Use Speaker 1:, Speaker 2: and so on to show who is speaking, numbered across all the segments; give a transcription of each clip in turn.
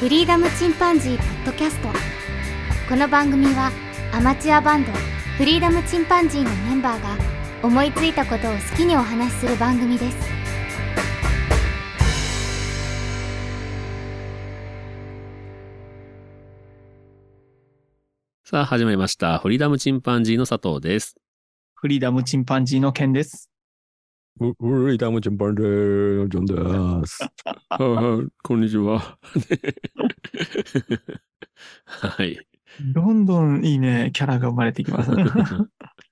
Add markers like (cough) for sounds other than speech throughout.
Speaker 1: フリーダムチンパンジーポッドキャストこの番組はアマチュアバンドフリーダムチンパンジーのメンバーが思いついたことを好きにお話しする番組です
Speaker 2: さあ、始まりました。フリーダムチンパンジーの佐藤です。
Speaker 3: フリーダムチンパンジーの件です。
Speaker 4: ウウルイダムチンパンジージョンです。
Speaker 2: こんにちは。
Speaker 4: (laughs)
Speaker 2: はい。
Speaker 3: どんどんいいね、キャラが生まれてきますね。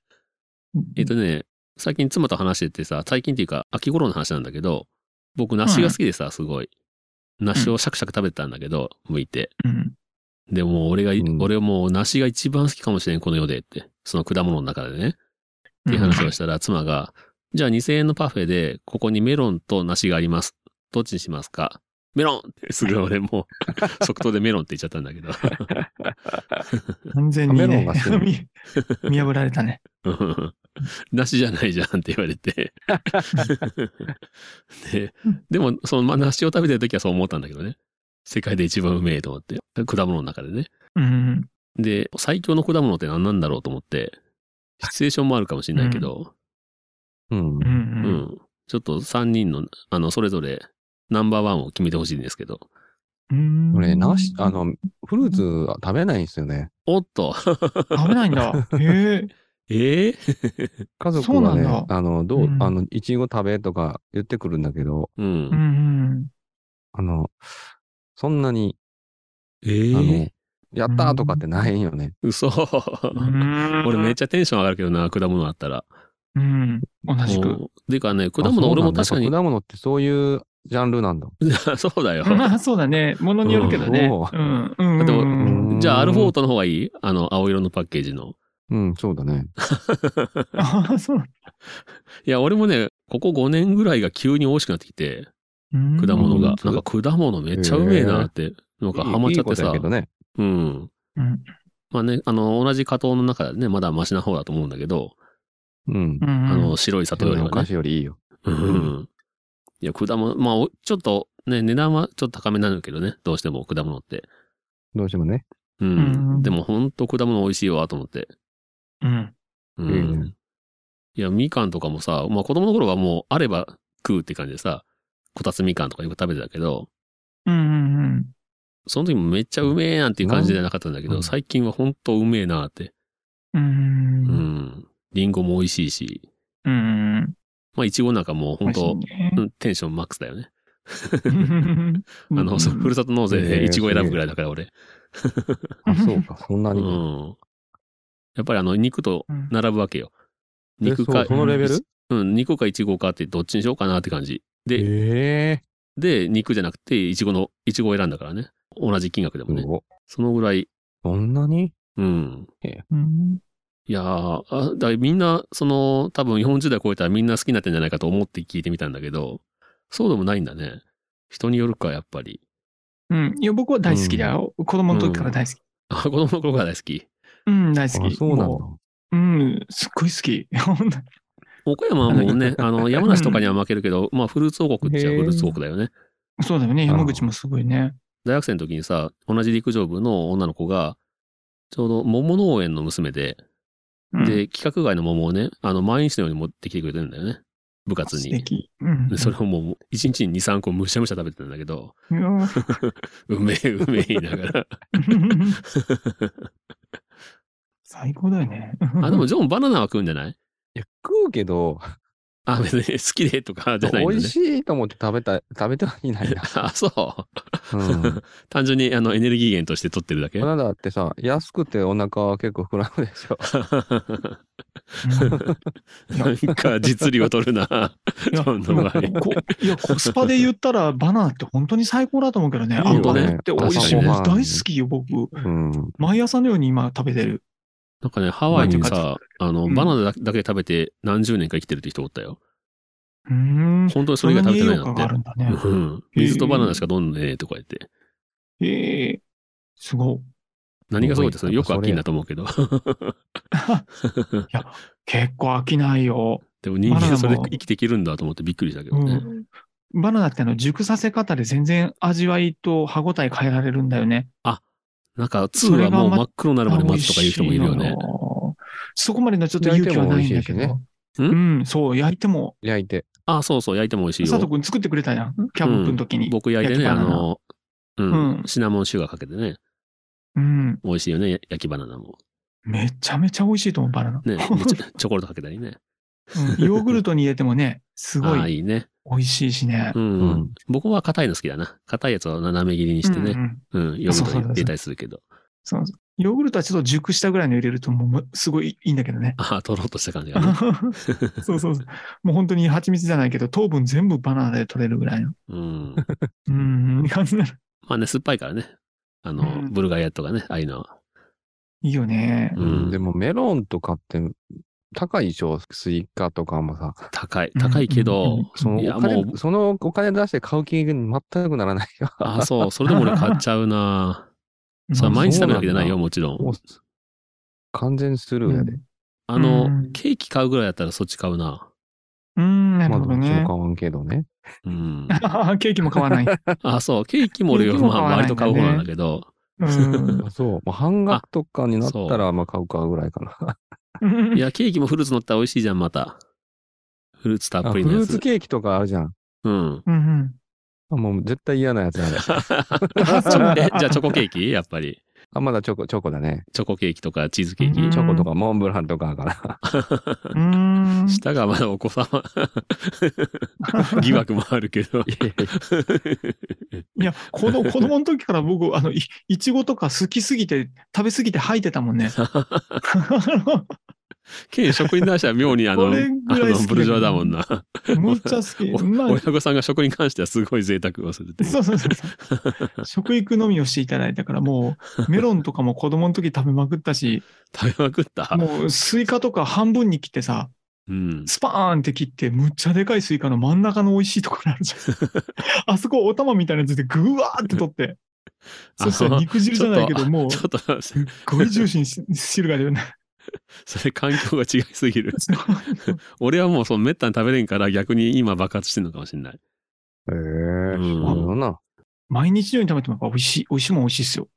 Speaker 2: (laughs) えっとね、最近妻と話しててさ、最近っていうか、秋頃の話なんだけど、僕、梨が好きでさ、すごい。梨をシャクシャク食べてたんだけど、剥いて。
Speaker 3: うん、
Speaker 2: でも、俺が、
Speaker 4: うん
Speaker 2: 俺もう梨が一番好きかもしれん、この世でって。その果物の中でね。っていう話をしたら、妻が、じゃあ2000円のパフェで、ここにメロンと梨があります。どっちにしますかメロンって、すぐ俺もう、即答でメロンって言っちゃったんだけど。
Speaker 3: 完全に、
Speaker 4: メロン
Speaker 3: ね
Speaker 4: が好きな、
Speaker 3: (laughs)
Speaker 4: の
Speaker 3: 見見破られたね。
Speaker 2: うん (laughs) 梨じゃないじゃんって言われて。 (laughs) で
Speaker 3: うん、
Speaker 2: でも、その、まあ、梨を食べてる時はそう思ったんだけどね。世界で一番うめえと思って。果物の中でね。
Speaker 3: うん、
Speaker 2: で、最強の果物って何なんだろうと思って、シチュエーションもあるかもしれないけど、
Speaker 4: うん
Speaker 3: うん、う。
Speaker 2: うん、
Speaker 3: ん。
Speaker 2: ちょっと3人の、あの、それぞれナンバーワンを決めてほしいんですけど。
Speaker 3: うん
Speaker 4: 俺ね、なし、あ、の、フルーツは食べないんですよね。
Speaker 2: おっと
Speaker 3: 食べないんだ。へ
Speaker 2: ええ
Speaker 4: 家
Speaker 3: そう
Speaker 4: 族
Speaker 3: な
Speaker 4: が
Speaker 3: ん
Speaker 4: ね
Speaker 3: だ、
Speaker 4: あの、どう、
Speaker 3: うん
Speaker 4: あの、いちご食べとか言ってくるんだけど、
Speaker 2: う。
Speaker 3: え。うんん、
Speaker 4: あの、そんなに、
Speaker 2: え
Speaker 4: あ
Speaker 2: え
Speaker 4: の、やったーとかってないんよね。
Speaker 2: 嘘。
Speaker 3: うん。
Speaker 2: 俺めっ
Speaker 3: ち
Speaker 2: ちゃテンション上がるけどな、果物あったら。
Speaker 3: ゃ。うん、同じく。
Speaker 2: もうてかね、果
Speaker 4: あそう
Speaker 2: 物
Speaker 4: なん
Speaker 2: 俺
Speaker 4: だ
Speaker 2: も確か
Speaker 4: やっ
Speaker 2: に
Speaker 4: ぱ、果物ってそういうジャンルなんだ。
Speaker 2: (laughs) そうだよ。
Speaker 3: ま (laughs) あそうだね。ものによるけどね。
Speaker 4: う
Speaker 3: うん、うん。
Speaker 2: でも
Speaker 3: うん
Speaker 2: じゃあ、アルフォートの方がいいあの、青色のパッケージの。
Speaker 4: うん、そうだね。
Speaker 3: あそうなんだ
Speaker 2: いや、俺もね、ここ5年ぐらいが急に美味しくなってきて、
Speaker 3: うん
Speaker 2: 果物が
Speaker 4: うん。
Speaker 2: なんか果物めっちゃうめえなって、なんかハマっちゃって
Speaker 4: いいいいことや
Speaker 2: さ
Speaker 4: け。どね。
Speaker 2: うん。
Speaker 3: うん、
Speaker 2: まあね、あの、同じ果糖の中でね、まだマシな方だと思うんだけど、
Speaker 4: うん
Speaker 3: う。ん。
Speaker 2: あの、白い砂糖より
Speaker 4: お
Speaker 2: は
Speaker 4: 菓
Speaker 2: ね。
Speaker 4: 子よりいいよ。
Speaker 2: うん。いや、果物、まあ、おちょっと、ね、値段はちょっと高めになるけどね、どうしても果物って。
Speaker 4: どうして
Speaker 3: (laughs)
Speaker 4: もね。
Speaker 2: うん。
Speaker 3: うん
Speaker 2: でも、ほんと果物美味しいわ、と思って。
Speaker 3: うん。
Speaker 2: うん。
Speaker 4: うん
Speaker 2: いや、みかんとかもさ、まあ、子供の頃はもう、あれば食うって感じでさ、こたつみかんとかよく食べてたけど、
Speaker 3: うん、うん、うん。
Speaker 2: その時もめっちゃうめえなんていう感じじゃなかったんだけ
Speaker 4: う
Speaker 2: ど、
Speaker 4: ん
Speaker 2: 最近はほんとうめえなって。
Speaker 3: う。
Speaker 2: うんん。りんごも美味しいし、
Speaker 3: うん。
Speaker 2: まあ、いちごなんかもうほんと、
Speaker 3: 美味しいね
Speaker 2: うんテンションマックスだよね。(laughs)
Speaker 3: あ
Speaker 2: あの、そうふるさと納税で
Speaker 4: ええ
Speaker 2: イチゴ選ぶぐらいだから、俺。
Speaker 4: あ、そうか、そんな
Speaker 2: う
Speaker 4: に。
Speaker 2: ん。やっぱりあの、肉と
Speaker 3: うん
Speaker 2: 並ぶわけよ。
Speaker 4: え
Speaker 2: 肉か
Speaker 4: そう、そのレベル
Speaker 2: うん、肉かイチゴかってどっちにしようかなって感じ。で、
Speaker 4: ええ
Speaker 2: で、肉じゃなくて、イチゴの、イチゴを選んだからね。同じ金額でもね
Speaker 4: す。ごい
Speaker 2: そのぐらい、
Speaker 4: そんなに
Speaker 2: うん。
Speaker 3: うん
Speaker 2: いやーあ、だみんな、その、多分40代超えたらみんな好きになってんじゃないかと思って聞いてみたんだけど、そうでもないんだね。人によるか、やっぱり。
Speaker 3: うん。いや、僕は大好きだよ。子供の時から大好き。
Speaker 2: あ、子供の頃から大好き。
Speaker 3: うん、大好
Speaker 4: あ
Speaker 3: き。、
Speaker 4: そうなんだ
Speaker 3: も。ううん、すっごい好き。 (laughs) 本当に
Speaker 2: 岡山はもう
Speaker 4: (laughs)
Speaker 2: ね、あの、山梨とかには負けるけど、まあ、フルーツ王国っちゃフルーツ王国だよね。
Speaker 3: そうだよね。山口もすごいね。
Speaker 2: 大学生の時にさ、同じ陸上部の女の子が、ちょうど桃農園の娘で、
Speaker 3: うん、
Speaker 2: で、規格外の桃をね、あの、毎日のように持ってきてくれてるんだよね。部活
Speaker 3: 素
Speaker 2: に。
Speaker 3: 敵。うん。
Speaker 2: でそれをもう、一日に2、3個むしゃむしゃ食べてたんだけど、
Speaker 3: うん
Speaker 2: (laughs) うめえ、うめえ言いながら。
Speaker 3: 最高だよね。
Speaker 2: あ、でもジョンバナナは食うんじゃない
Speaker 4: いや、食うけど、
Speaker 2: あ、別に好きでと
Speaker 4: (laughs)
Speaker 2: かじゃないん
Speaker 4: 美
Speaker 2: だね。
Speaker 4: 味。しいと思って食べた、 (laughs) 食べてはいないな
Speaker 2: あ、そう。
Speaker 4: うん。
Speaker 2: 単純にあのエネルギー源として取ってるだけ。
Speaker 4: バナナってさ、安くてお腹は結構膨らむでしょ。
Speaker 3: うん
Speaker 2: なんか実利を取るな。
Speaker 3: いや
Speaker 2: そんなのない
Speaker 3: こいや、コスパで言ったらバナナって本当に最高だと思うけどね。あ
Speaker 2: いい
Speaker 3: の
Speaker 2: よね
Speaker 3: バナナって美味しい。
Speaker 2: 確
Speaker 3: 大
Speaker 4: かに
Speaker 3: 好きよ、僕。
Speaker 4: うん。
Speaker 3: 毎朝のように今食べてる。
Speaker 2: なんかね、ハワイに
Speaker 3: なん
Speaker 2: さ、あの、
Speaker 3: うん
Speaker 2: バナナだけ食べて何十年か生きてるって人おったよ。
Speaker 3: うーん。
Speaker 2: 本当にそれが食べてないな
Speaker 3: そ
Speaker 2: っ
Speaker 3: んに栄養価がある
Speaker 2: て。
Speaker 3: んだね。
Speaker 2: うん水とバナナしか飲んでねえとか言って。
Speaker 3: ええすごい。
Speaker 2: 何がすごいって、
Speaker 4: す
Speaker 2: そ
Speaker 4: ご
Speaker 2: の
Speaker 4: い
Speaker 2: よく飽きんだと思うけど。 (laughs)
Speaker 3: いや、結構飽きないよ。
Speaker 2: でも人間それ生きていけるんだと思ってびっくりしたけど
Speaker 3: う
Speaker 2: ね。
Speaker 3: ん。バナナってあの熟させ方で全然味わいと歯ごたえ変えられるんだよね。
Speaker 2: なんか、2はもう真っ黒になるまで待つとかいう人もいるよ
Speaker 3: 美味し
Speaker 2: ね
Speaker 3: い。のそこまでのちょっと勇気はないんだけど。
Speaker 4: 焼いても
Speaker 2: 美味しいしね
Speaker 3: うん、そう、焼いても。
Speaker 4: 焼いて。
Speaker 2: あ、そうそう、焼いても美味しい
Speaker 3: 佐
Speaker 2: よ
Speaker 3: 藤。君作ってくれたじゃん。キャンプの時に。
Speaker 2: 僕焼いてね、
Speaker 3: 焼
Speaker 2: あ
Speaker 3: きバナナ
Speaker 2: の、う
Speaker 3: うんん、
Speaker 2: シナモンシュガーかけてね、
Speaker 3: うん。
Speaker 2: 美味しいよね、焼きバナナも。
Speaker 3: めちゃめちゃ美味しいと思う、バナナ。
Speaker 2: ね、
Speaker 3: (laughs)
Speaker 2: でチョチョコレートかけたりね。
Speaker 3: うん (laughs) ヨーグルトに入れてもね、すご
Speaker 2: ああ、
Speaker 3: い
Speaker 2: いいね。
Speaker 3: 美味しいしね
Speaker 2: う。ん。
Speaker 4: うん
Speaker 2: 僕は硬いの好きだな。硬いやつを斜め切りにして
Speaker 3: う
Speaker 2: ね
Speaker 3: ん。うん
Speaker 2: うん、ヨーグルト
Speaker 3: そうそうそう
Speaker 2: に入れたりするけど。
Speaker 3: そうそうヨーグルトはちょっと熟したぐらいの入れるともうすごいいいんだけどね。
Speaker 2: ああ、とろうとした感じがね。
Speaker 3: (laughs) そうそうそう。もう本当に蜂蜜じゃないけど、糖分全部バナナで取れるぐらいの。
Speaker 2: うん。
Speaker 3: うん、感じになる。
Speaker 2: まあね、酸っぱいからね。あの、
Speaker 3: うん
Speaker 2: ブルガリアとかね、ああいうのは。
Speaker 3: いいよね。
Speaker 2: うん
Speaker 4: でもメロンとかって高いでしょ、スイカとかもさ。
Speaker 2: 高い。高いけ
Speaker 3: うん
Speaker 2: ど、
Speaker 4: その
Speaker 2: いや
Speaker 4: お金
Speaker 2: もう
Speaker 4: そのお金出して買う気に全くならないよ。
Speaker 2: ああ、そう、それでも俺買っちゃうな。それは
Speaker 4: まあ
Speaker 2: 毎日食べるわけじゃないよ、もちろ
Speaker 4: も
Speaker 2: ん
Speaker 4: う。完全にスルーやで。
Speaker 2: あの、
Speaker 3: うん
Speaker 2: ケーキ買うぐらいだったらそっち買うな。
Speaker 3: うん、なる
Speaker 4: まあ、
Speaker 3: ほ
Speaker 4: ど
Speaker 3: ど
Speaker 4: っちも
Speaker 3: ね
Speaker 4: 買。わんけどね。
Speaker 2: うん。
Speaker 3: ケーキも買
Speaker 2: (laughs)
Speaker 3: わない。
Speaker 2: あ、そう、ケーキも俺
Speaker 3: ケー
Speaker 2: は、
Speaker 3: キも買
Speaker 2: ま
Speaker 3: わ
Speaker 2: あ、
Speaker 3: ない
Speaker 2: 割
Speaker 3: んだ
Speaker 2: と
Speaker 3: ね
Speaker 2: 買う方なんだけど、
Speaker 3: うん
Speaker 4: あそう。まあ、半額とかになったら、まあ、買うかぐらいかな。
Speaker 2: いや、ケーキもフルーツ乗ったら美味しいじゃん、また。フルーツた
Speaker 4: あ
Speaker 2: っ
Speaker 4: フ
Speaker 2: ぷ
Speaker 4: ル
Speaker 2: りのや
Speaker 4: ー
Speaker 2: つ。
Speaker 4: ツケーキとかあるじゃん。
Speaker 2: うん。
Speaker 3: うんうん
Speaker 4: あもう絶対嫌なやつある。
Speaker 2: ちょえじゃあチョコケーキやっぱり。
Speaker 4: あ、まだチョコ、チョコだね。
Speaker 2: チョコケーキとかチーズケーキ。
Speaker 3: うん
Speaker 4: チョコとかモンブランとかかな。
Speaker 3: うん
Speaker 2: 舌がまだお子様疑惑もあるけど。
Speaker 3: いや、子供子供の時から僕、あの、いいちごとか好きすぎて、食べすぎて吐いてたもんね。
Speaker 2: 県職人に関しては妙にあの、
Speaker 3: こ
Speaker 2: あ
Speaker 3: れぐらい好き
Speaker 2: の
Speaker 3: だけど
Speaker 2: ブルジョワだも
Speaker 3: (laughs)
Speaker 2: んな。
Speaker 3: むっちゃ好き。
Speaker 2: (laughs) お
Speaker 3: まあ
Speaker 2: 親御さんが食に関してはすごい贅沢をするっていう。
Speaker 3: そうそうそう
Speaker 2: (laughs)
Speaker 3: そう。食育のみをしていただいたから、もう、メロンとかも子供の時食べまくったし、
Speaker 2: 食べまくった。
Speaker 3: もう、スイカとか半分に切ってさ、
Speaker 2: うん。
Speaker 3: スパーンって切って、むっちゃでかいスイカの真ん中の美味しいところあるじ
Speaker 2: (laughs)
Speaker 3: ゃん。あそこお玉みたいなやつでぐわーって取って。そしたら肉汁じゃないけど、もう、
Speaker 2: ちょ
Speaker 3: す
Speaker 2: っと、
Speaker 3: っごいジューシーにし汁が出る
Speaker 2: (laughs)
Speaker 3: ね。
Speaker 2: それ環境が違いすぎる。俺はもうそのめったに食べれんから逆に今爆発してんのかもしれない。
Speaker 4: へえ
Speaker 2: うん
Speaker 4: そうな。
Speaker 3: 毎日のように食べてもやっぱ美味しい、美味しいもん美味しいっすよ。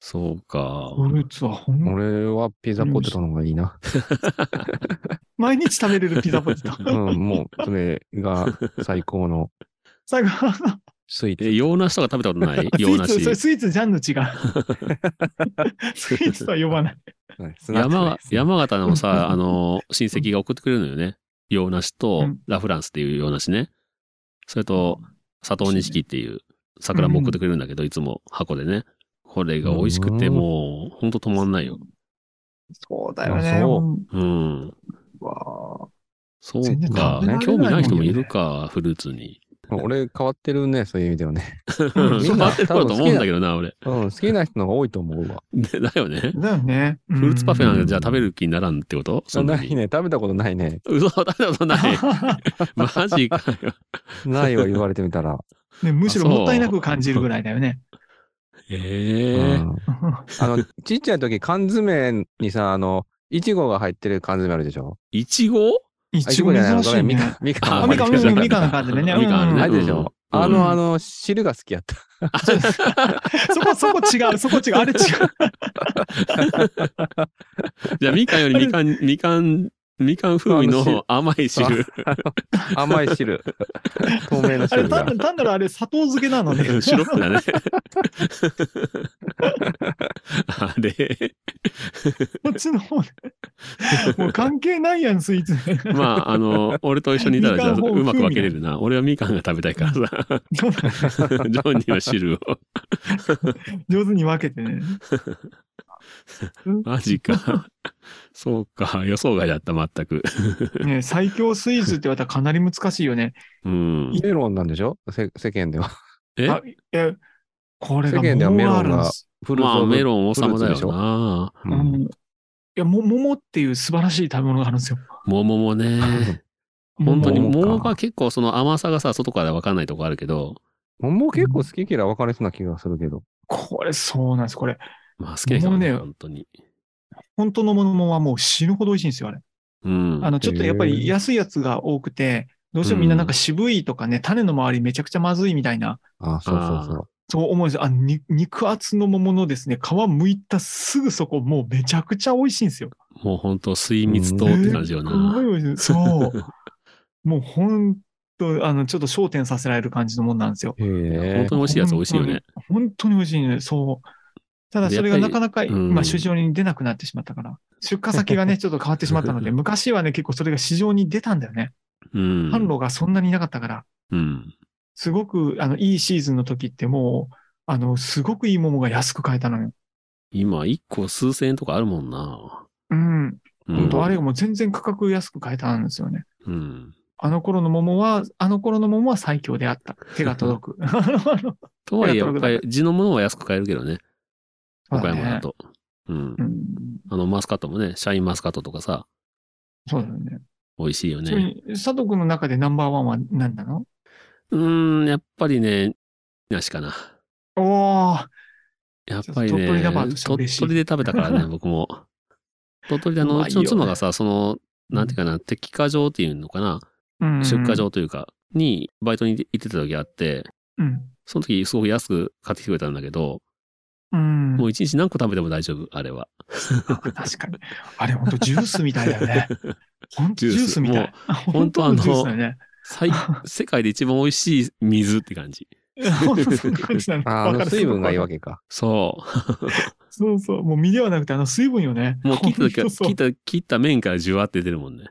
Speaker 2: そうか。
Speaker 3: フルーツはほん
Speaker 4: 俺はピザポテトの方がいいな。
Speaker 3: 毎日食べれるピザポテト。
Speaker 4: うん、もう、それが最高の
Speaker 3: 最後、
Speaker 4: スイーツ
Speaker 2: え、。洋梨とか食べたことない
Speaker 3: スイ
Speaker 2: 洋
Speaker 3: ーツ、
Speaker 2: 梨
Speaker 3: それ。スイーツジャンル違う。
Speaker 2: (laughs)
Speaker 3: スイーツとは呼ばない。
Speaker 4: はいスナック
Speaker 2: 山が
Speaker 4: です
Speaker 2: 山形のさ、
Speaker 3: うん
Speaker 2: あの、親戚が送ってくれるのよね。洋梨
Speaker 3: う
Speaker 2: と
Speaker 3: ん
Speaker 2: ラフランスっていう洋梨ね。それと、佐藤錦っていう桜も送ってくれるんだけど、いつも箱でね。これが美味しくて、
Speaker 4: うん
Speaker 2: もう、ほんと止まんないよ。
Speaker 3: そうだよ
Speaker 4: あ
Speaker 3: ね。
Speaker 4: そう
Speaker 2: うん。
Speaker 3: うわ
Speaker 2: そう
Speaker 3: 全然
Speaker 2: か
Speaker 3: 食べられないもん。ね
Speaker 2: 興味ない人もいるか、フルーツに。
Speaker 4: 俺変わってるね、そういう意味ではね。
Speaker 2: (laughs)
Speaker 3: うん
Speaker 2: 変わってると思うんだけどな、俺。
Speaker 4: うん、好きな人の方が多いと思うわ。
Speaker 2: でだよね。
Speaker 3: だよね。フ
Speaker 2: フルーツパフェなんかじゃあ食べ
Speaker 3: る。
Speaker 2: る気にならんってこと
Speaker 4: そ
Speaker 2: ん
Speaker 4: な
Speaker 2: に
Speaker 4: いね、食べたことないね。
Speaker 2: 嘘、食べたことない。
Speaker 3: (laughs)
Speaker 2: マジかよ。
Speaker 4: ないわ、言われてみたら。
Speaker 3: ね、むしろ
Speaker 2: あそう
Speaker 3: もったいなく感じるぐらいだよね。
Speaker 2: ええ
Speaker 4: うん
Speaker 3: (laughs)
Speaker 4: あの、ちっちゃい時、缶詰にさ、あの、いちごが入ってる缶詰あるでしょ
Speaker 2: いちご
Speaker 3: い
Speaker 4: あ
Speaker 3: ちご
Speaker 4: じゃない
Speaker 3: 珍
Speaker 4: の
Speaker 3: しい
Speaker 4: み
Speaker 3: ね
Speaker 4: か。、み
Speaker 2: あ
Speaker 4: かん。
Speaker 3: みかん、みかん、みかんの
Speaker 2: あ
Speaker 3: 感じでね。
Speaker 2: みかん
Speaker 3: う
Speaker 2: ね
Speaker 3: ん
Speaker 4: あ
Speaker 3: うん
Speaker 4: れでしょ
Speaker 2: うん
Speaker 4: あの、あの、汁が好きやった。
Speaker 3: そこ、そこ違う、そこ違う、あれ違う。
Speaker 2: じゃあ、みかんよりみかん、みかん、みかん風味
Speaker 4: あの汁
Speaker 2: の甘い汁。
Speaker 4: 甘い汁。透明な
Speaker 3: あれ、単
Speaker 4: 汁が
Speaker 3: な。る、単なるあれ、砂糖漬けなのね。
Speaker 2: シロップ
Speaker 4: (laughs)
Speaker 2: だね。あれ
Speaker 3: こっちの方で。もう関係ないやん、スイーツ。 (laughs)
Speaker 2: まあ、あの、俺と一緒にいたら、じゃあ、
Speaker 3: みかん
Speaker 2: うまく分けれる
Speaker 3: 風
Speaker 2: な。俺はみかんが食べたいから
Speaker 4: (laughs)
Speaker 2: さ。ジョンには汁を。
Speaker 3: 上手に分けてね。
Speaker 2: マジか。そうか。予想外だった、全く。
Speaker 3: ね最強スイーツって言われたらかなり難しいよね。
Speaker 2: うん。
Speaker 4: メロンなんでしょせ世間では。
Speaker 2: え
Speaker 3: あえこれが
Speaker 4: 世間ではメロンが
Speaker 3: 桃あるんです。
Speaker 4: フルー
Speaker 2: ま
Speaker 4: ツ
Speaker 2: あ、
Speaker 4: オブ
Speaker 2: メロン王様だ
Speaker 4: フルーツでし
Speaker 2: よ
Speaker 4: ょ
Speaker 2: な。
Speaker 4: う
Speaker 3: うんんいや、も桃っていう素晴らしい食べ物があるんですよ。
Speaker 2: 桃もね。本当に
Speaker 4: 桃か
Speaker 2: 桃が結構その甘さがさ、外から分かんないとこあるけど、
Speaker 4: 桃結構好き嫌い分かれそうな気がするけど。
Speaker 3: これ、そうなんです。これ、
Speaker 2: まあ好きな人はね、
Speaker 3: 桃ね
Speaker 2: 本当に。
Speaker 3: 本当の桃はもう死ぬほど美味しいんですよ、あれ。
Speaker 2: うん。
Speaker 3: あの、ちょっとやっぱり安いやつが多くて、どうしてもみんななんか渋いとかね、種の周りめちゃくちゃまずいみたいな、
Speaker 4: あ、そうそうそう。
Speaker 3: そう思うんですよ。あ、に肉厚の桃のですね、皮剥いたすぐそこ、もうめちゃくちゃ美味しいんですよ。
Speaker 2: もう本当水蜜糖って感じよ
Speaker 3: すごい
Speaker 2: な。
Speaker 3: 美味しい。そう。もう本当あの、ちょっと焦点させられる感じのもんなんですよ。
Speaker 4: へ
Speaker 2: 本
Speaker 4: え
Speaker 2: 当。に美味しいやつ美味しいよね。
Speaker 3: 本当に美味しいね。そう。ただそれがなかなか、
Speaker 2: りうん
Speaker 3: まあ、市場に出なくなってしまったから。出荷先が
Speaker 2: (laughs)
Speaker 3: ね、ちょっと変わってしまったので、昔はね、結構それが市場に出たんだよね。
Speaker 2: うん。
Speaker 3: 販路がそんなになかったから、
Speaker 2: うん。
Speaker 3: すごく、あの、いいシーズンの時ってもう、あの、すごくいい桃が安く買えたのよ。
Speaker 2: 今、一個数千円とかあるもんな。
Speaker 3: う
Speaker 2: う
Speaker 3: ん。
Speaker 2: ん
Speaker 3: 本当あれがもう全然価格安く買えたんですよね。
Speaker 2: うん。
Speaker 3: あの頃の桃は、あの頃の桃は最強であった。手が届く。
Speaker 2: (laughs)
Speaker 3: あのあの
Speaker 2: とはいえ、
Speaker 3: あり
Speaker 2: やっ
Speaker 3: がとうご
Speaker 2: ぱ
Speaker 3: ざい
Speaker 2: り
Speaker 3: ま
Speaker 2: 地のものは安く買えるけどね。
Speaker 3: そう
Speaker 2: 岡
Speaker 3: だね
Speaker 2: 山だと。うん
Speaker 3: う。ん。
Speaker 2: あの、マスカットもね、シャインマスカットとかさ、
Speaker 3: そうだよね。
Speaker 2: 美味しいよ
Speaker 3: ちなみ
Speaker 2: ね。
Speaker 3: に佐藤君の中でナンバーワンは何なの
Speaker 2: うーん、やっぱりね、なしかな。
Speaker 3: おー、
Speaker 2: やっぱりね、
Speaker 3: ちょっと鳥取だからとして
Speaker 2: 鳥
Speaker 3: 嬉しい
Speaker 2: 取で食べた
Speaker 3: (laughs)
Speaker 2: からね、僕も。鳥取であ
Speaker 3: う
Speaker 2: の、
Speaker 3: ま
Speaker 2: う
Speaker 3: い
Speaker 2: ちの
Speaker 3: よね
Speaker 2: 妻がさ、その、なんていうかな、適化場っていうのかな、
Speaker 3: うんうんうん
Speaker 2: 出荷場というか、にバイトに行ってた時あって、
Speaker 3: うん。
Speaker 2: その時すごく安く買ってきてくれたんだけど、
Speaker 3: うん。
Speaker 2: もう一日何個食べても大丈夫、あれは。
Speaker 3: 確かに。あれ、本当ジュースみたいだよね。本当
Speaker 2: ジ
Speaker 3: ジ
Speaker 2: ュ
Speaker 3: ュ
Speaker 2: ー
Speaker 3: ー
Speaker 2: ス
Speaker 3: スみたい。 (laughs)
Speaker 2: 本当あの
Speaker 3: ジュースだよね。 (laughs)
Speaker 2: 最世界で一番美味しい水って感じ。
Speaker 3: 本当そんな感じなの。
Speaker 4: ああ
Speaker 3: わか
Speaker 4: の
Speaker 3: る
Speaker 4: 水分がいいわ。けか。
Speaker 2: そ
Speaker 3: そうそう。もう身ではなくて、あの水分よね。
Speaker 2: う。
Speaker 3: (laughs)
Speaker 2: もう切った時は、
Speaker 3: 本当そう
Speaker 2: 切った、切った面からじゅわって出るもんね。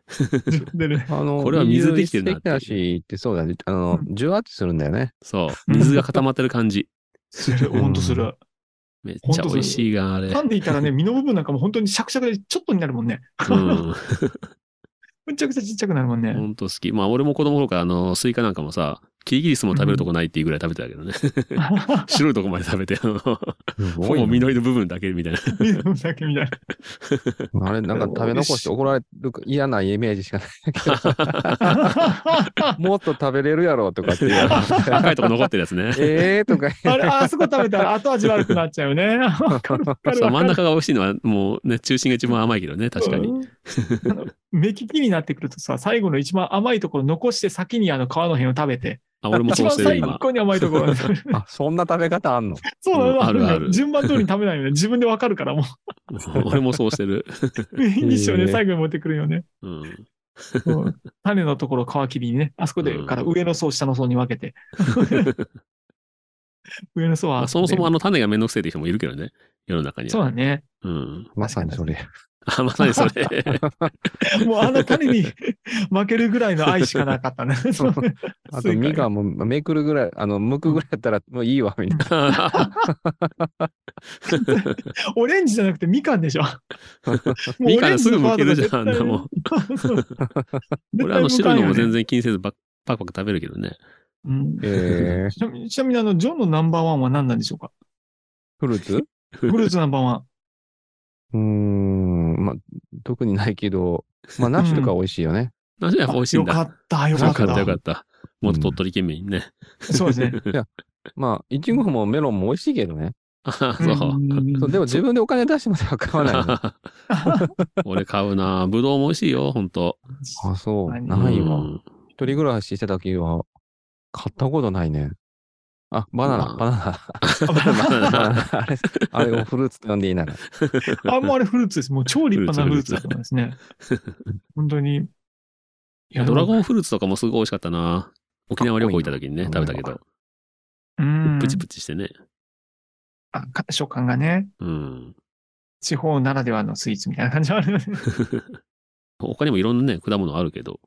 Speaker 3: 自分でね
Speaker 4: あの、
Speaker 2: これは水できてるなって
Speaker 4: 水できたしってそうだね。あの、
Speaker 3: う
Speaker 4: ジュワってするんだ
Speaker 2: (laughs)
Speaker 4: よね。
Speaker 2: そう。水が固まってる感じ。
Speaker 3: する。本当する。
Speaker 2: めっちゃ美味しいが、あれ。
Speaker 3: 噛んでいたらね、身の部分なんかもう本当にシャクシャクでちょっとになるもんね。
Speaker 2: うん。
Speaker 3: むちゃくちゃちっちゃくなるもんね。 (laughs)
Speaker 2: ほんと好き。まあ俺も子供の頃からあの、スイカなんかもさ、キリギリスも食べるとこないっていうぐらい食べてたけ
Speaker 3: (laughs)
Speaker 2: どね。白いとこまで食べて、あの、ほぼ
Speaker 4: な
Speaker 2: 緑の部分だけみたいな。
Speaker 3: 身の部分だけみたい
Speaker 4: あれ、なんか食べ残して怒られるか嫌なイメージし
Speaker 2: (laughs)
Speaker 4: かないけど、
Speaker 3: な。
Speaker 4: もっと食べれるやろとかって言われて
Speaker 2: 赤いとこ残ってるやつね。
Speaker 4: (laughs)
Speaker 3: (laughs)
Speaker 4: ええとか
Speaker 3: あれ、あそこ食べたら後味悪くなっちゃうね。わか
Speaker 2: (laughs)
Speaker 3: るわかる
Speaker 2: そう真ん中が美味しいのはもうね、中心が一番甘いけどね、確かに。
Speaker 3: うん。あの目利きになってくるとさ、最後の一番甘いところ残して先にあの皮の辺を食べて、
Speaker 2: あ、俺も
Speaker 3: 一
Speaker 2: そう
Speaker 3: 番
Speaker 2: してる
Speaker 3: 最後
Speaker 2: 今
Speaker 3: 一。個に甘いところを
Speaker 4: (laughs) あ、そんな食べ方あんの
Speaker 3: そうな
Speaker 2: うん
Speaker 3: の、
Speaker 2: あるある
Speaker 3: 順番通りに食べないよね。自分でわかるからも
Speaker 2: (laughs) 俺もそうしてる。 (laughs)
Speaker 3: う。いいんですよ
Speaker 4: へ
Speaker 3: ね。
Speaker 4: え
Speaker 3: 最後に持ってくるよね。
Speaker 2: うん。
Speaker 3: うん種のところを皮切りにね、あそこで
Speaker 2: うん
Speaker 3: から上の層、下の層に分
Speaker 2: (laughs)
Speaker 3: けて。上の層
Speaker 2: ま
Speaker 3: は、
Speaker 2: あそもそもあの種がめんどくせえって人もいるけどね、世の中に
Speaker 3: そう
Speaker 2: は。
Speaker 3: だね。
Speaker 2: うん。
Speaker 4: まさにそれ。
Speaker 2: あ、まさにそれ。
Speaker 3: (laughs) もうあの
Speaker 2: (laughs)
Speaker 3: 種に負けるぐらいの愛しかなかったね。そう
Speaker 4: あと、みかんもめくるぐらい、あの、むくぐらいだったらもういいわ、
Speaker 2: (laughs)
Speaker 4: みたいな。
Speaker 3: オレンジじゃなくてみか
Speaker 2: (laughs)
Speaker 3: んでしょ。もう
Speaker 2: みかんすぐ剥けるじゃん
Speaker 3: オレンジの皮とか絶対そうそう
Speaker 2: 俺あの白いのも全
Speaker 3: 絶対剥かんよね
Speaker 2: 然気にせずパクパク食べるけどね。
Speaker 3: うん
Speaker 4: ええ
Speaker 3: ちなみにちなみにあの、ジョンのナンバーワンは何なんでしょうか
Speaker 4: フルーツ
Speaker 3: フルーツナンバーワン。
Speaker 4: (laughs) うーん、まあ、特にないけど、まあ、ナッシュとか美味しいよね。
Speaker 2: なぜやっぱ美味しいん
Speaker 3: よか
Speaker 2: だ。
Speaker 3: った、よか
Speaker 2: よ
Speaker 3: っ
Speaker 2: かったよか
Speaker 3: た。
Speaker 2: った。もっと鳥取県民ね。
Speaker 3: そうですね。
Speaker 4: まあ、いちごもメロンも美味しいけどね。
Speaker 2: あそう。
Speaker 3: ん
Speaker 4: そうでも自分でお金出してまでは (laughs) 買わないの。
Speaker 2: 俺買うな。ぶどうも美味しいよ、本当
Speaker 4: あ、そう。
Speaker 3: うん
Speaker 4: ないわ
Speaker 2: う。ん
Speaker 4: 一人暮らししてた時は、買ったことないね。あ、バナナ、
Speaker 2: ま
Speaker 4: バナナ。バナ (laughs)
Speaker 2: まあ
Speaker 4: ナあれ、あれをフルーツと呼んでいいなら。
Speaker 3: あ、もうあれフルーツです。もう超立派なフルーツだと思いますね。本当に。いや
Speaker 2: ドラゴ
Speaker 3: ン、
Speaker 2: ンフルーツとかもすごい美味しかったな。沖縄旅行行った時にね、食べたけど、
Speaker 3: うん、
Speaker 2: プチプチしてね。
Speaker 3: あか食感がね、
Speaker 2: うん。
Speaker 3: 地方ならではのスイーツみたいな感じはあるよね。
Speaker 2: 他にもいろんなね、果物あるけど。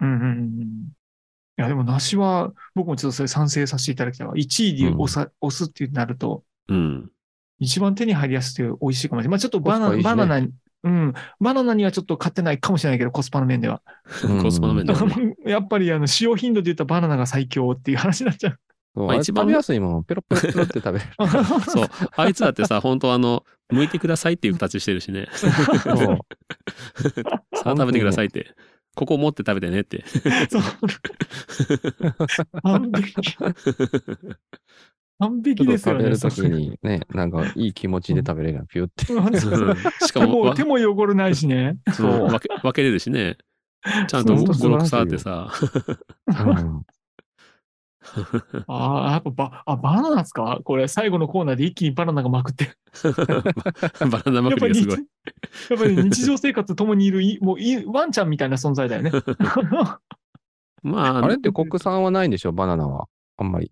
Speaker 3: うんうんうん。いや、でも梨は、僕もちょっとそれ賛成させていただきたいわ。1位で押さ、押すってなると、
Speaker 2: うん。
Speaker 3: 一番手に入りやすくて美味しいかもしれない。まあちょっとバナ
Speaker 4: コスパいいし
Speaker 3: ナ、
Speaker 4: ね
Speaker 3: バナナに、うん、バナナにはちょっと勝てないかもしれないけど、コスパの面では。
Speaker 4: うん
Speaker 2: コスパの面では
Speaker 3: (laughs)
Speaker 2: ね。
Speaker 3: やっぱり、あの、使用頻度で言ったらバナナが最強っていう話になっちゃう。
Speaker 4: そう
Speaker 2: まあ
Speaker 4: あれ
Speaker 2: 一番
Speaker 4: 食べやすいもん。ペロペロペロって食べれる。
Speaker 2: そう。あいつだってさ、本当あの、剥いてくださいっていう形してるしね。
Speaker 4: そう
Speaker 2: さあ食べてくださいって。ここ持って食べてねって。
Speaker 3: そう。完璧。完璧
Speaker 4: ちょっと
Speaker 3: ですよ
Speaker 4: 食べ
Speaker 3: ね。
Speaker 4: るときにね、なんかいい気持ちで食べれる
Speaker 3: (laughs)
Speaker 4: やんピュって。
Speaker 3: そうそう
Speaker 2: (laughs) しか
Speaker 3: 手
Speaker 2: も、
Speaker 3: も
Speaker 2: わ
Speaker 3: 手も汚れないしね。
Speaker 2: そう分け分けれるしね。ちゃんと
Speaker 3: そう
Speaker 2: 5、
Speaker 4: そう
Speaker 2: 6さってさ。
Speaker 3: ああ、やっぱば、あ、バナナですかこれ、最後のコーナーで一気にバナナがまくって。や
Speaker 2: (laughs) バナナま
Speaker 3: っ
Speaker 2: くりが
Speaker 3: ぱり
Speaker 2: す
Speaker 3: 日、
Speaker 2: ごい。
Speaker 3: やっぱり日常生活ともにいるい、もうい、ワンちゃんみたいな存在だよね。
Speaker 2: まあ、
Speaker 4: あれって国産はないんでしょ、バナナは。あんまり。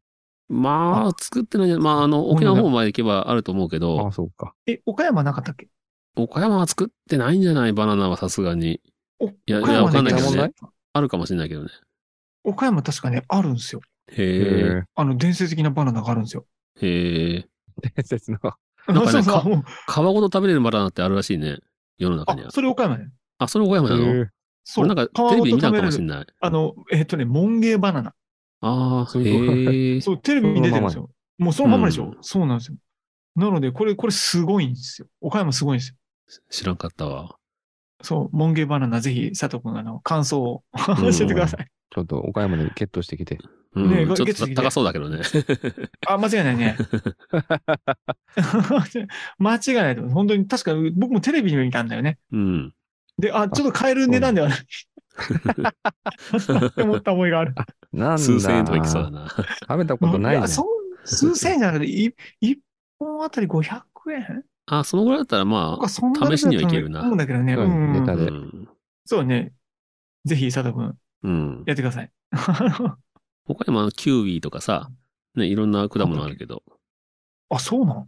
Speaker 2: まあ、作ってない。まあ、あの、沖縄の方まで行けばあると思うけ
Speaker 4: あ
Speaker 2: ど
Speaker 4: あ、、そうか。
Speaker 3: え、岡山なかったっけ
Speaker 2: 岡山は作ってないんじゃないバナナはさすがに。
Speaker 3: お
Speaker 2: や
Speaker 3: 岡
Speaker 4: いやわ
Speaker 3: 山
Speaker 4: かん
Speaker 3: ね
Speaker 4: ないけどね
Speaker 3: 行ったこと
Speaker 2: あるかもしれないけどね。
Speaker 3: ない岡山確かね、あるんですよ。
Speaker 2: へ
Speaker 3: あの、伝説的なバナナがあるんですよ。
Speaker 2: え。へえ。
Speaker 4: え。伝説の。
Speaker 2: なんかね
Speaker 3: そうそう
Speaker 2: か
Speaker 3: もう
Speaker 2: 皮ごと食べれるバナナってあるらしいね。世の中
Speaker 3: あ
Speaker 2: には、。
Speaker 3: それ岡山ね。
Speaker 2: あ、それ岡山なの
Speaker 4: へえ
Speaker 3: そ
Speaker 2: 俺
Speaker 3: う。
Speaker 2: なんかテレビで見たのかもしれ
Speaker 3: い。
Speaker 2: ない。
Speaker 3: あの、えっ、とね、モンゲーバナナ。
Speaker 2: ああ、
Speaker 4: そうい
Speaker 2: へ
Speaker 4: う
Speaker 2: え。
Speaker 3: そう、テレビに出てるんですよ。もうそのまんまでしょ。
Speaker 2: うん
Speaker 3: そうなんですよ。なので、これ、これすごいんですよ。岡山すごいんですよ。
Speaker 2: 知らんかったわ。
Speaker 3: そう、モンゲーバナナ、ぜひ、佐藤君、あの、感想を教えてください。
Speaker 4: ちょっと岡山でゲットしてきて。
Speaker 2: うん、
Speaker 3: ねえ
Speaker 2: ちょっ
Speaker 3: 月
Speaker 2: と
Speaker 3: 々ね
Speaker 2: 高そうだけどね。
Speaker 3: あ、間違いないね。 (laughs) 間違いないと思う。本当に、確か、僕もテレビで見たんだよね。
Speaker 2: うん。
Speaker 3: で、あ、ちょっと買える値段ではない。って (laughs) 思った思いがある。
Speaker 4: なんだ
Speaker 2: 数千円とかいきそうだな。
Speaker 4: 食べたことな
Speaker 3: い
Speaker 4: い
Speaker 3: や
Speaker 4: ね
Speaker 3: そ。う数千円じゃなくて、い一本あたり500円
Speaker 2: あ、そのぐらいだったら
Speaker 3: と
Speaker 2: ま
Speaker 3: か、そん
Speaker 2: 試しにはいけるな
Speaker 3: そうだけどね。
Speaker 4: う
Speaker 3: うんん
Speaker 4: ネ
Speaker 2: あ。
Speaker 4: タ
Speaker 2: う
Speaker 4: で
Speaker 2: ん。
Speaker 3: そうね。ぜひ、佐藤君、
Speaker 2: うん。
Speaker 3: やってください。
Speaker 2: 他にもあのキウイとかさ、ね、いろんな果物あるけど。
Speaker 3: あ、そうなの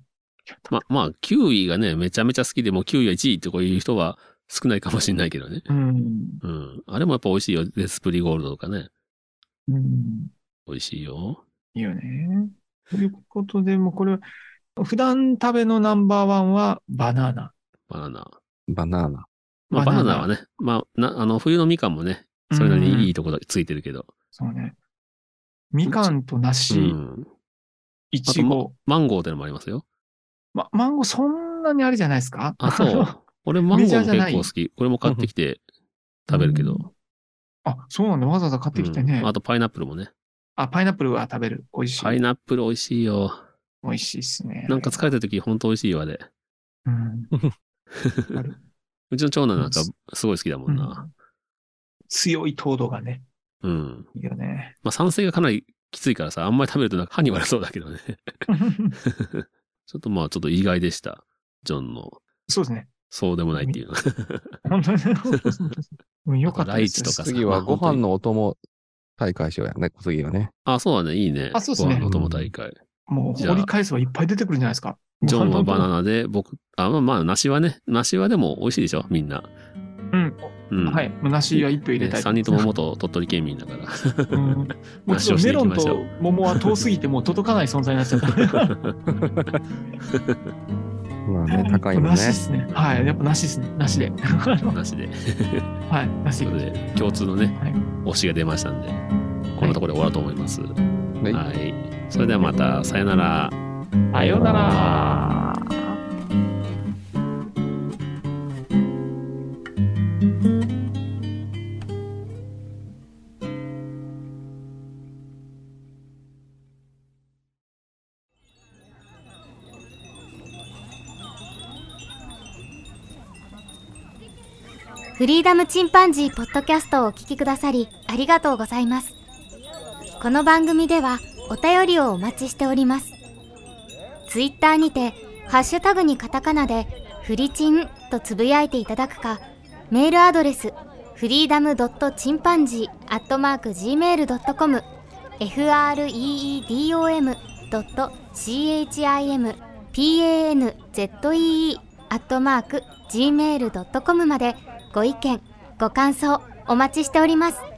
Speaker 2: ま、まあ、キウイがね、めちゃめちゃ好きでもうキウイは1位とかいう人は少ないかもしれないけどね。
Speaker 3: うん。
Speaker 2: うん。あれもやっぱ美味しいよ。デスプリゴールドとかね。
Speaker 3: うん。
Speaker 2: 美味しいよ。
Speaker 3: いいよね。ということで、もうこれは、普段食べのナンバーワンはバナナ。
Speaker 2: バナナ。
Speaker 4: バナナ。
Speaker 2: まあ、バ
Speaker 3: バナ
Speaker 2: ナ
Speaker 3: ナ
Speaker 2: ナはね、まあ、な、あの、冬のみかんもね、それなりにい
Speaker 3: い。
Speaker 2: いとこだけついてるけど。
Speaker 3: そうね。みかんと
Speaker 2: う
Speaker 3: 梨、
Speaker 2: ん。
Speaker 3: いちご。
Speaker 2: マンゴーってのもありますよ。
Speaker 3: ま、マンゴーそんなにあれじゃないですか
Speaker 2: あ、そう。
Speaker 3: (laughs)
Speaker 2: 俺マンゴーも結構好き。これも買ってきて食べるけど。
Speaker 3: あ、そうなんだ。わざわざ買ってきて
Speaker 2: う
Speaker 3: ね
Speaker 2: ん。あとパイナップルもね。
Speaker 3: あ、パイナップルは食べる。美味しい。
Speaker 2: パイナップル美味しいよ。
Speaker 3: 美味しいですね。
Speaker 2: なんか疲れた時ほんと美味しいわ、あれ。
Speaker 3: うん、
Speaker 2: (laughs) うちの長男なんかすごい好きだもんな。
Speaker 3: 強い糖度がね、
Speaker 2: うん。
Speaker 3: いいよ (laughs) ね。
Speaker 2: まあ酸性がかなりきついからさ、あんまり食べるとなんか歯に悪そうだけどね。 (laughs) ちょっとまあちょっと意外でした。ジョンの、
Speaker 3: そうですね。
Speaker 2: そうでもないっていうのは。
Speaker 3: 本当に。本当に本当に (laughs) うんよかったで
Speaker 2: ライ
Speaker 3: す。
Speaker 2: チとかさ
Speaker 4: 次はご飯のお供大会しようやね、小杉はね。
Speaker 2: (laughs) あ、そうだね。いいね。
Speaker 3: あそうっすね
Speaker 2: ご飯の友大会。
Speaker 3: もう
Speaker 2: じゃ
Speaker 3: 掘
Speaker 2: あ
Speaker 3: り返せばいっぱい出てくるんじゃないですか。
Speaker 2: ジョンはバナ
Speaker 3: ナ。
Speaker 2: ナで、僕、あ、まあまあ、梨はね、梨はでも美味しいでしょ、みんな。
Speaker 3: うん。
Speaker 2: うん。
Speaker 3: はい。もう梨は一票入れたい。
Speaker 2: 3人とも元鳥取県民だから。
Speaker 3: うん。もちろんメロンと桃は遠すぎてもう届かない存在になっ
Speaker 4: (laughs)
Speaker 3: ちゃった。
Speaker 4: まあね、高いもん
Speaker 3: 梨
Speaker 4: ね
Speaker 3: っ。すね。はい。やっぱ梨っすね。梨で。は
Speaker 2: 話で。
Speaker 3: い。梨
Speaker 2: ということ
Speaker 3: で。
Speaker 2: で、共通のね、
Speaker 3: はい
Speaker 2: 推しが出ましたんで、こんなところで終わろうと思います。は
Speaker 4: はい
Speaker 2: い。それではまた、さよなら。
Speaker 3: さようなら。
Speaker 1: フリーダムチンパンジーポッドキャストをお聞きくださりありがとうございます。この番組ではお便りをお待ちしております。ツイッターにて、ハッシュタグにカタカナで、フリチンとつぶやいていただくか、メールアドレス、フリーダムドットチンパンジーアットマーク Gmail.com、freedom ドット chimpanzee アットマーク Gmail.com までご意見、ご感想お待ちしております。
Speaker 2: (laughs)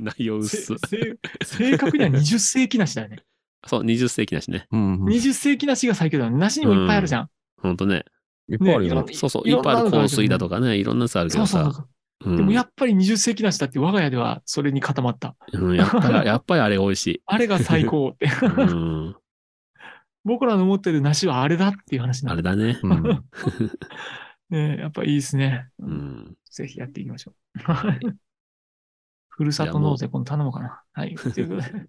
Speaker 2: 内容薄 (laughs)
Speaker 3: せ。せ正確には20世紀梨だよね。
Speaker 2: そう、20世紀なしね。
Speaker 4: うんうん。い
Speaker 3: 20世紀梨が最強だよね。梨にもいっぱいあるじゃん。
Speaker 2: ほんとね。
Speaker 4: っぱいある
Speaker 3: ね
Speaker 4: よ。
Speaker 2: そうそう、
Speaker 3: い
Speaker 2: い
Speaker 3: ろ
Speaker 2: っ
Speaker 3: ん
Speaker 2: ぱ
Speaker 3: ない
Speaker 2: ある
Speaker 3: のがあ
Speaker 2: 香
Speaker 3: るけどね
Speaker 2: 水だとかね、いろんなやつあるけ
Speaker 3: そう
Speaker 2: ど
Speaker 3: そうそう
Speaker 2: さ
Speaker 3: そう。。
Speaker 2: うん
Speaker 3: でもやっぱり20世紀梨だって我が家ではそれに固まった。
Speaker 2: うんやっぱり、や (laughs) っぱりあれ美味しい。
Speaker 3: あれが最高って。
Speaker 2: うん。
Speaker 3: 僕らの持ってる梨はあれだっていう話にな
Speaker 2: あれ
Speaker 3: る。
Speaker 2: だね。
Speaker 4: うん
Speaker 3: ねえやっぱいいですね。
Speaker 2: うん。
Speaker 3: ぜひやっていきましょう。 (laughs) ふるさと納税今度頼もうかな。はい。ということで。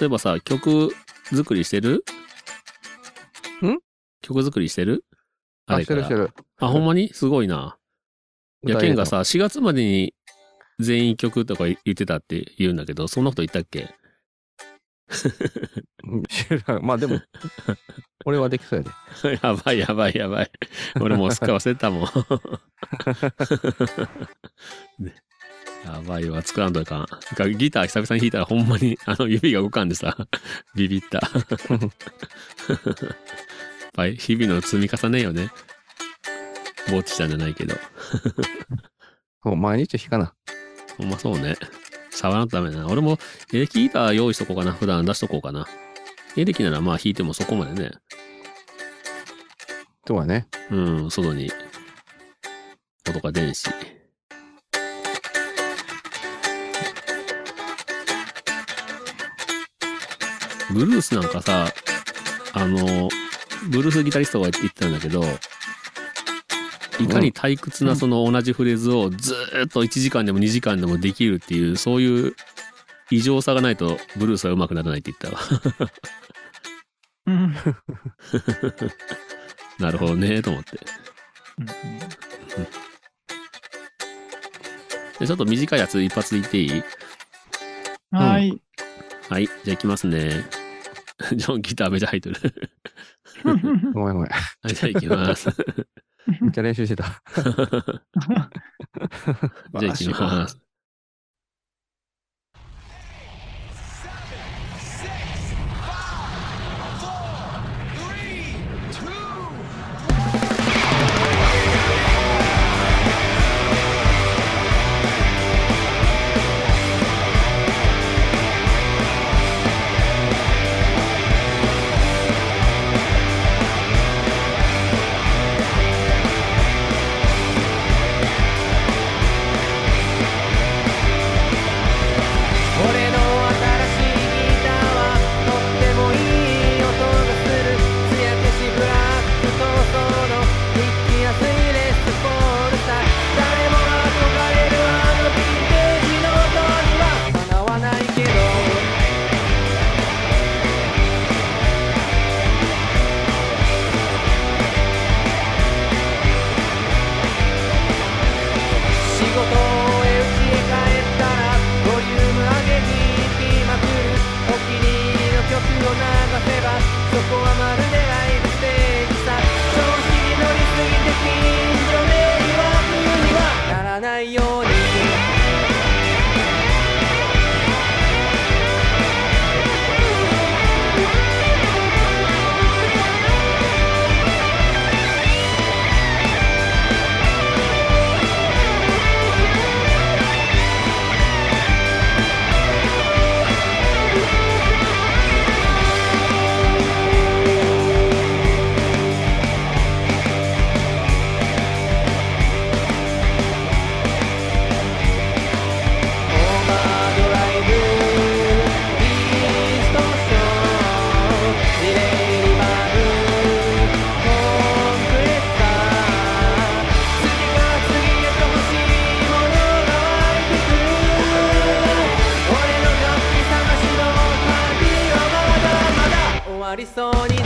Speaker 2: 例えばさ、曲作りしてる
Speaker 4: ん
Speaker 2: 曲作りしてるあ
Speaker 4: あ、
Speaker 2: れ
Speaker 4: して
Speaker 2: か
Speaker 4: るして
Speaker 2: ら。
Speaker 4: る。
Speaker 2: あ、ほんまにすごいな。いや、ケンがさ、4月までに全員曲とか言ってたって言うんだけど、そんなこと言ったっけ
Speaker 4: うん。知らんまあ (laughs) でも、俺はできそうやで。
Speaker 2: (laughs) やばいやばいやばい。俺もうすっかり忘れてたもん。ねやばいわ、作らんといかん。がギター久々に弾いたらほんまにあの指が動かんでさ、 (laughs) ビビった。やっぱり日々の積み重ねよね。ぼっちしたんじゃないけど。
Speaker 4: そう毎日弾かな。
Speaker 2: ほんまそうね。触らんとダメだな。俺もエレキギター用意しとこうかな。普段出しとこうかな。エレキならまあ弾いてもそこまでね。
Speaker 4: とはね。
Speaker 2: うん、外に音が出んし。ブルースなんかさ、あの、ブルースギタリストが言ってたんだけど、いかに退屈なその同じフレーズをずーっと1時間でも2時間でもできるっていう、そういう異常さがないとブルースは上手くならないって言ったわ。 (laughs)
Speaker 3: うんうん
Speaker 2: なるほどね、と思って。でちょっと短いやつ一発言っていい
Speaker 3: はい。
Speaker 2: はい、じゃあ行きますね。 (laughs) ジョンギターめちゃ入ってる。
Speaker 4: ごめんごめん。
Speaker 2: (laughs) はい、じゃあ行きます。 (laughs) じ
Speaker 4: めっちゃ練習し
Speaker 2: (laughs)
Speaker 4: てた。 (laughs)
Speaker 2: ゃあ行きます。
Speaker 5: 俺の新しいギターはとってもいい音がする艶消しブラック闘争の弾きやすいレスポールさ誰も憧れるあのヴィンテージの音にはかなわないけど仕事を終え家へ帰ったらボリューム上げに行きまくるお気に入りの曲を流せばそこはまるでライブステージさ調子に乗りすぎて近所迷惑にはならないようにオーバードライブイーストショーリレイリバーブコンプレッサー次から次へと欲しいものが湧いてくる俺の楽器探しの旅はまだまだ終わりそうにない